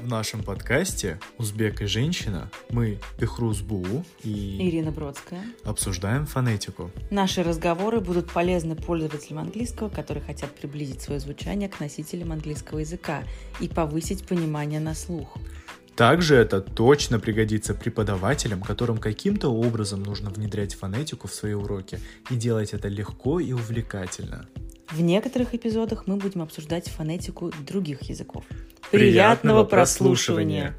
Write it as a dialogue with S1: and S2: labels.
S1: В нашем подкасте «Узбек и женщина» мы, Пехрус Буу и
S2: Ирина Бродская.
S1: обсуждаем фонетику.
S2: Наши разговоры будут полезны пользователям английского, которые хотят приблизить свое звучание к носителям английского языка и повысить понимание на слух.
S1: Также это точно пригодится преподавателям, которым каким-то образом нужно внедрять фонетику в свои уроки и делать это легко и увлекательно.
S2: В некоторых эпизодах мы будем обсуждать фонетику других языков.
S1: Приятного прослушивания!